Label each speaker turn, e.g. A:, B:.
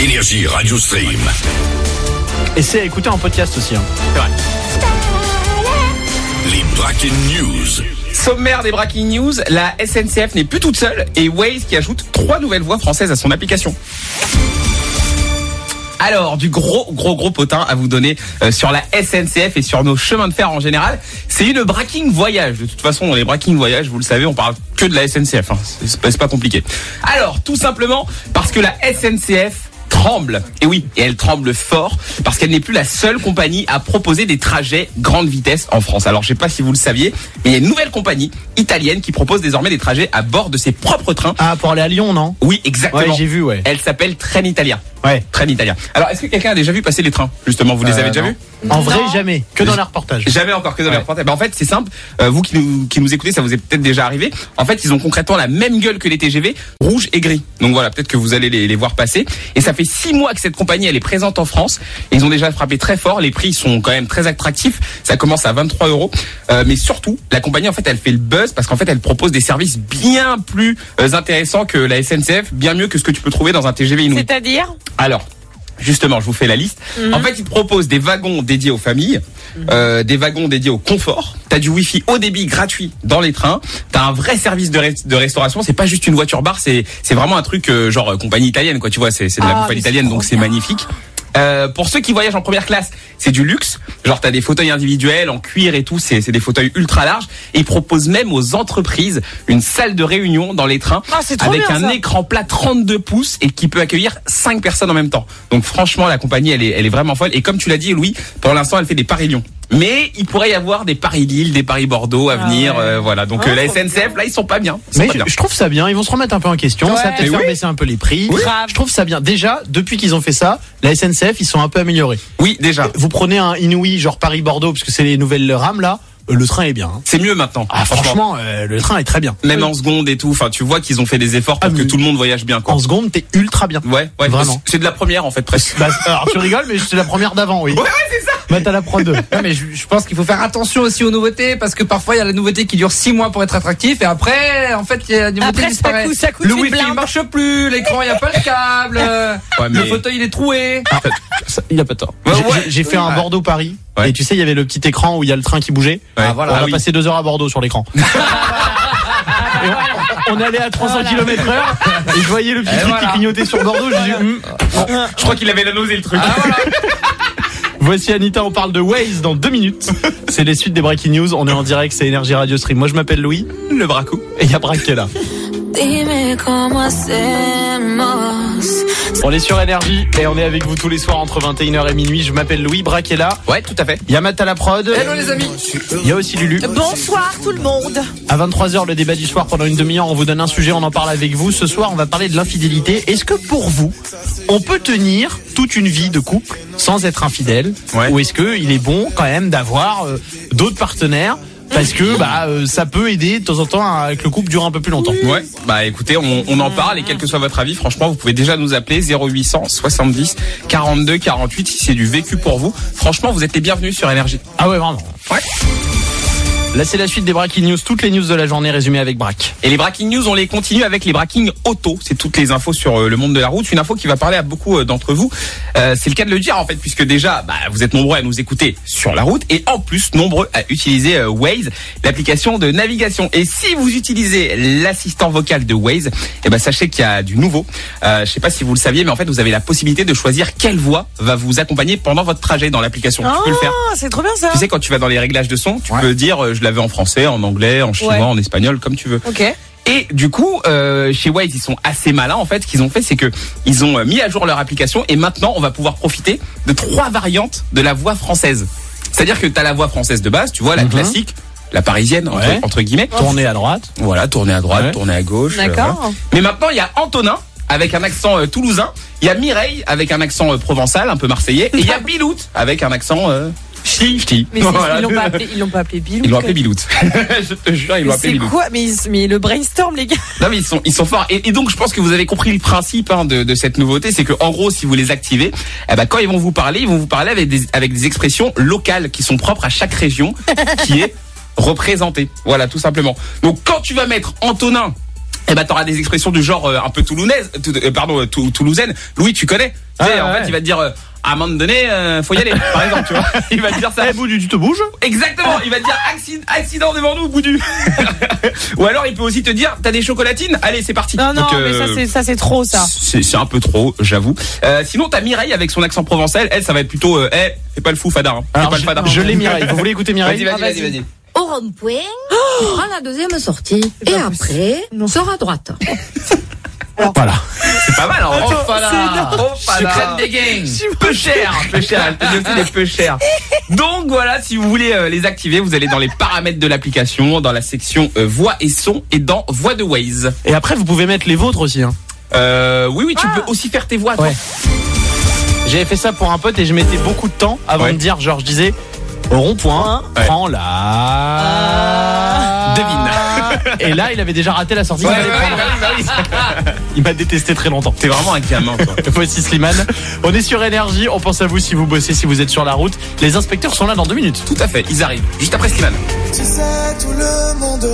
A: Énergie Radio Stream.
B: Et c'est à écouter en podcast aussi. hein.
A: Les Bracken News.
C: Sommaire des Breaking News, la SNCF n'est plus toute seule et Waze qui ajoute trois nouvelles voies françaises à son application. Alors, du gros, gros, gros potin à vous donner euh, sur la SNCF et sur nos chemins de fer en général. C'est une braking voyage. De toute façon, dans les braking voyage, vous le savez, on parle que de la SNCF. hein. C'est pas, c'est pas compliqué. Alors, tout simplement parce que la SNCF tremble. Et oui, et elle tremble fort parce qu'elle n'est plus la seule compagnie à proposer des trajets grande vitesse en France. Alors, je sais pas si vous le saviez, mais il y a une nouvelle compagnie italienne qui propose désormais des trajets à bord de ses propres trains.
B: Ah, pour aller à Lyon, non
C: Oui, exactement.
B: Ouais, j'ai vu, ouais.
C: Elle s'appelle Trenitalia.
B: Ouais.
C: Train italien. Alors, est-ce que quelqu'un a déjà vu passer les trains Justement,
B: Euh,
C: vous les avez déjà vus
B: En vrai, jamais. Que dans les reportages.
C: Jamais encore que dans les reportages. Ben, en fait, c'est simple. Euh, vous qui nous, qui nous écoutez, ça vous est peut-être déjà arrivé. En fait, ils ont concrètement la même gueule que les TGV, rouge et gris. Donc voilà, peut-être que vous allez les, les voir passer. Et ça fait six mois que cette compagnie, elle est présente en France. Et ils ont déjà frappé très fort. Les prix sont quand même très attractifs. Ça commence à 23 euros. Euh, mais surtout, la compagnie, en fait, elle fait le buzz parce qu'en fait, elle propose des services bien plus euh, intéressants que la SNCF, bien mieux que ce que tu peux trouver dans un TGV inouï.
D: C'est-à-dire
C: Alors, justement, je vous fais la liste.
D: Mhm.
C: En fait, ils te proposent des wagons dédiés aux familles, euh, des wagons dédiés au confort. T'as du wifi haut débit gratuit dans les trains. T'as un vrai service de, rest- de restauration. C'est pas juste une voiture bar, c'est c'est vraiment un truc euh, genre euh, compagnie italienne, quoi. Tu vois, c'est c'est de la
D: Ah,
C: compagnie
D: mais c'est
C: italienne,
D: trop
C: donc c'est
D: bien.
C: magnifique. Euh, pour ceux qui voyagent en première classe, c'est du luxe. Genre t'as des fauteuils individuels en cuir et tout, c'est c'est des fauteuils ultra larges. Et ils proposent même aux entreprises une salle de réunion dans les trains
D: Ah, c'est trop
C: avec
D: bien,
C: un
D: ça.
C: écran plat 32 pouces et qui peut accueillir 5 personnes en même temps. Donc franchement, la compagnie, elle est, elle est vraiment folle. Et comme tu l'as dit, Louis, pour l'instant, elle fait des Paris-Lyon. Mais il pourrait y avoir des Paris-Lille, des Paris-Bordeaux à
D: Ah
C: venir.
D: ouais.
C: euh, voilà, donc
D: Ah,
C: euh, la
D: trop
C: SNCF, là, ils sont pas bien. Ils sont
B: Mais
C: pas
B: je,
C: bien.
B: je trouve ça bien, ils vont se remettre un peu en question, ça va
D: Ouais.
B: peut-être
C: Mais
B: faire
C: oui.
B: baisser un peu les prix.
D: Oui.
B: Je trouve ça bien. Déjà, depuis qu'ils ont fait ça, la SNCF, ils sont un peu améliorés.
C: Oui, déjà.
B: Vous prenez un Inouï, genre Paris-Bordeaux, parce que c'est les nouvelles rames là, euh, le train est bien. hein.
C: C'est mieux maintenant.
B: Ah, franchement, euh, le train est très bien.
C: Même en seconde et tout. Enfin, tu vois qu'ils ont fait des efforts pour
B: Ah,
C: que
B: mais-
C: tout le monde voyage bien, quoi.
B: En seconde, t'es ultra bien.
C: Ouais, ouais.
B: Vraiment.
C: C'est de la première, en fait, presque.
B: Bah, alors tu rigoles, mais c'est la première d'avant, oui.
C: Ouais, ouais, c'est ça.
B: Bah, t'as la Pro 2.
E: Non, mais je, je pense qu'il faut faire attention aussi aux nouveautés parce que parfois il y a la nouveauté qui dure 6 mois pour être attractif et après en fait il y a la nouveauté
D: Après,
E: qui
D: ça
E: disparaît.
D: coûte- ça coûte
E: le
D: une
E: wifi
D: blinde.
E: il marche plus, l'écran il n'y a pas le câble, euh,
C: Ouais,
E: le
C: mais- Ah.
E: fauteuil il est troué.
B: Il a pas tort.
C: Ouais, ouais.
B: J'ai fait un Bordeaux-Paris.
C: Ouais.
B: Et tu sais, il y avait le petit écran où il y a le train qui bougeait.
C: Ouais.
B: on
C: Ah
B: a
C: oui.
B: passé deux heures à Bordeaux sur l'écran. Et on, on allait à 300
D: Voilà.
B: km heure et je voyais le petit truc
E: voilà.
B: qui clignotait sur Bordeaux. Je dis, hum,
C: Je crois qu'il avait la nausée, le truc.
B: Ah, voici Anita, on parle de Waze dans deux minutes. C'est les suites des Breaking News. On est en direct, c'est Énergie Radio Stream. Moi, je m'appelle Louis
C: Le bracou.
B: et il y a Braque qui est là.
F: Dime cómo hacemos.
B: On est sur Énergie et on est avec vous tous les soirs entre 21h et minuit. Je m'appelle Louis, Braque est là.
C: Ouais, tout à fait.
B: Il y a Matt à la prod.
E: Hello les amis.
B: Il y a aussi Lulu.
D: Bonsoir tout le monde.
B: À 23h, le débat du soir pendant une demi-heure, on vous donne un sujet, on en parle avec vous. Ce soir, on va parler de l'infidélité. Est-ce que pour vous, on peut tenir toute une vie de couple sans être infidèle
C: Ouais.
B: Ou est-ce que il est bon quand même d'avoir euh, d'autres partenaires parce que bah euh, ça peut aider de temps en temps à que le couple dure un peu plus longtemps.
C: Ouais, bah écoutez, on, on en parle et quel que soit votre avis, franchement, vous pouvez déjà nous appeler 0800 70 42 48 si c'est du vécu pour vous. Franchement, vous êtes les bienvenus sur Énergie.
B: Ah ouais vraiment.
C: Ouais.
B: Là c'est la suite des Breaking News, toutes les news de la journée résumées avec Brack.
C: Et les breaking news, on les continue avec les breaking auto. C'est toutes les infos sur euh, le monde de la route. Une info qui va parler à beaucoup euh, d'entre vous. Euh, c'est le cas de le dire en fait, puisque déjà, bah, vous êtes nombreux à nous écouter sur la route et en plus nombreux à utiliser euh, Waze, l'application de navigation. Et si vous utilisez l'assistant vocal de Waze, eh ben sachez qu'il y a du nouveau. Euh, je sais pas si vous le saviez, mais en fait, vous avez la possibilité de choisir quelle voix va vous accompagner pendant votre trajet dans l'application. tu peux le faire.
D: Ah, c'est trop bien ça.
C: Tu sais, quand tu vas dans les réglages de son, tu peux dire euh, je l'avais en français, en anglais, en chinois,
D: Ouais.
C: en espagnol, comme tu veux.
D: Ok.
C: Et du coup, euh, chez Waze, ils sont assez malins. En fait, ce qu'ils ont fait, c'est que ils ont euh, mis à jour leur application et maintenant, on va pouvoir profiter de trois variantes de la voix française. C'est-à-dire que t'as la voix française de base, tu vois, la classique, la parisienne entre,
B: Mhm. Ouais.
C: entre guillemets.
B: Tournez à droite.
C: Voilà, tourner à droite,
B: Ouais.
C: tourner à gauche. euh,
D: D'accord.
C: voilà. Mais maintenant, il y a Antonin avec un accent euh, toulousain. Il y a Mireille avec un accent euh, provençal, un peu marseillais. Et il y a Bilout avec un accent. Euh, ch'ti, ch'ti.
D: Mais c'est-
C: Voilà.
D: ils l'ont pas appelé, ils l'ont pas appelé Bill.
C: Ils l'ont appelé Bilout. Je te jure, ils l'ont
D: Mais
C: appelé
D: c'est
C: Bilout.
D: quoi mais, ils- mais le brainstorm les gars.
C: Non mais ils sont ils sont forts et, et donc je pense que vous avez compris le principe hein, de, de cette nouveauté c'est que en gros si vous les activez eh ben, quand ils vont vous parler ils vont vous parler avec des avec des expressions locales qui sont propres à chaque région qui est représentée voilà tout simplement donc quand tu vas mettre Antonin eh ben t'auras des expressions du genre euh, un peu toulonnaise tou- euh, pardon euh, tou- toulousaine euh, Louis tu connais Tu sais,
B: Ah,
C: en
B: ouais.
C: fait, il va te dire, euh, à un moment donné, euh, faut y aller, par exemple, tu vois. Il va te dire ça.
B: Eh, Boudu, tu te bouges
C: Exactement, il va te dire accident, accident devant nous, Boudu. Ou alors il peut aussi te dire t'as des chocolatines, allez c'est parti.
D: Non, non,
C: Donc,
D: mais ça,
C: euh,
D: c'est- ça, c'est trop, ça.
C: c'est c'est un peu trop, j'avoue. Euh, sinon t'as Mireille avec son accent provençal, elle ça va être plutôt euh, eh fais pas le fou Fadar, hein. Fais
B: Alors,
C: pas le
B: je-
C: Fadar.
B: Je l'ai Mireille. Vous voulez écouter Mireille
C: Vas-y
D: Ah,
C: vas-y Ah, vas-y vas-y.
G: Au rond-point, tu prends la deuxième sortie et après, sors à droite.
B: Voilà.
C: C'est pas mal. Hein. Oh,
E: Voilà.
C: Oh, Secret des gangs. Peu cher, peu cher. Elle te dit aussi des peu cher. Donc voilà, si vous voulez euh, les activer, vous allez dans les paramètres de l'application, dans la section euh, voix et son et dans voix de Waze.
B: Et après, vous pouvez mettre les vôtres aussi. hein.
C: Euh, oui oui, tu
D: Ah.
C: peux aussi faire tes voix. toi.
B: Ouais. J'avais fait ça pour un pote et je mettais beaucoup de temps avant
C: Ouais.
B: de dire, genre, je disais, au rond-point,
C: Ouais.
B: prends la.
C: Devine.
B: Et là, il avait déjà raté la sortie.
C: Ouais,
B: il allait
C: ouais,
B: prendre.
C: ouais, bah oui, bah oui.
B: Il m'a détesté très longtemps.
C: T'es vraiment un gamin, toi.
B: Voici Slimane. On est sur énergie. On pense à vous si vous bossez, si vous êtes sur la route. Les inspecteurs sont là dans deux minutes.
C: Tout à fait, ils arrivent. Juste après Slimane.
H: Tu sais, tout le monde